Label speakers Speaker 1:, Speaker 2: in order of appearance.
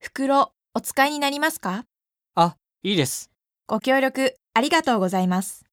Speaker 1: 袋お使いになりますか
Speaker 2: あ、いいです。
Speaker 1: ご協力ありがとうございます。